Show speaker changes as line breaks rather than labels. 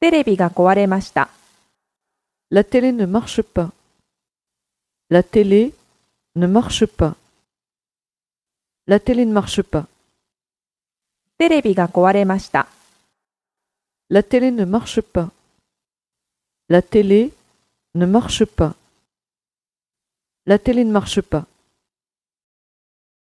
テレビが壊れました。
La télé ne marche pas. La télé ne marche pas. La télé ne marche pas.
テレビが壊れました。
La télé ne marche pas. La télé ne marche pas. La télé ne marche pas.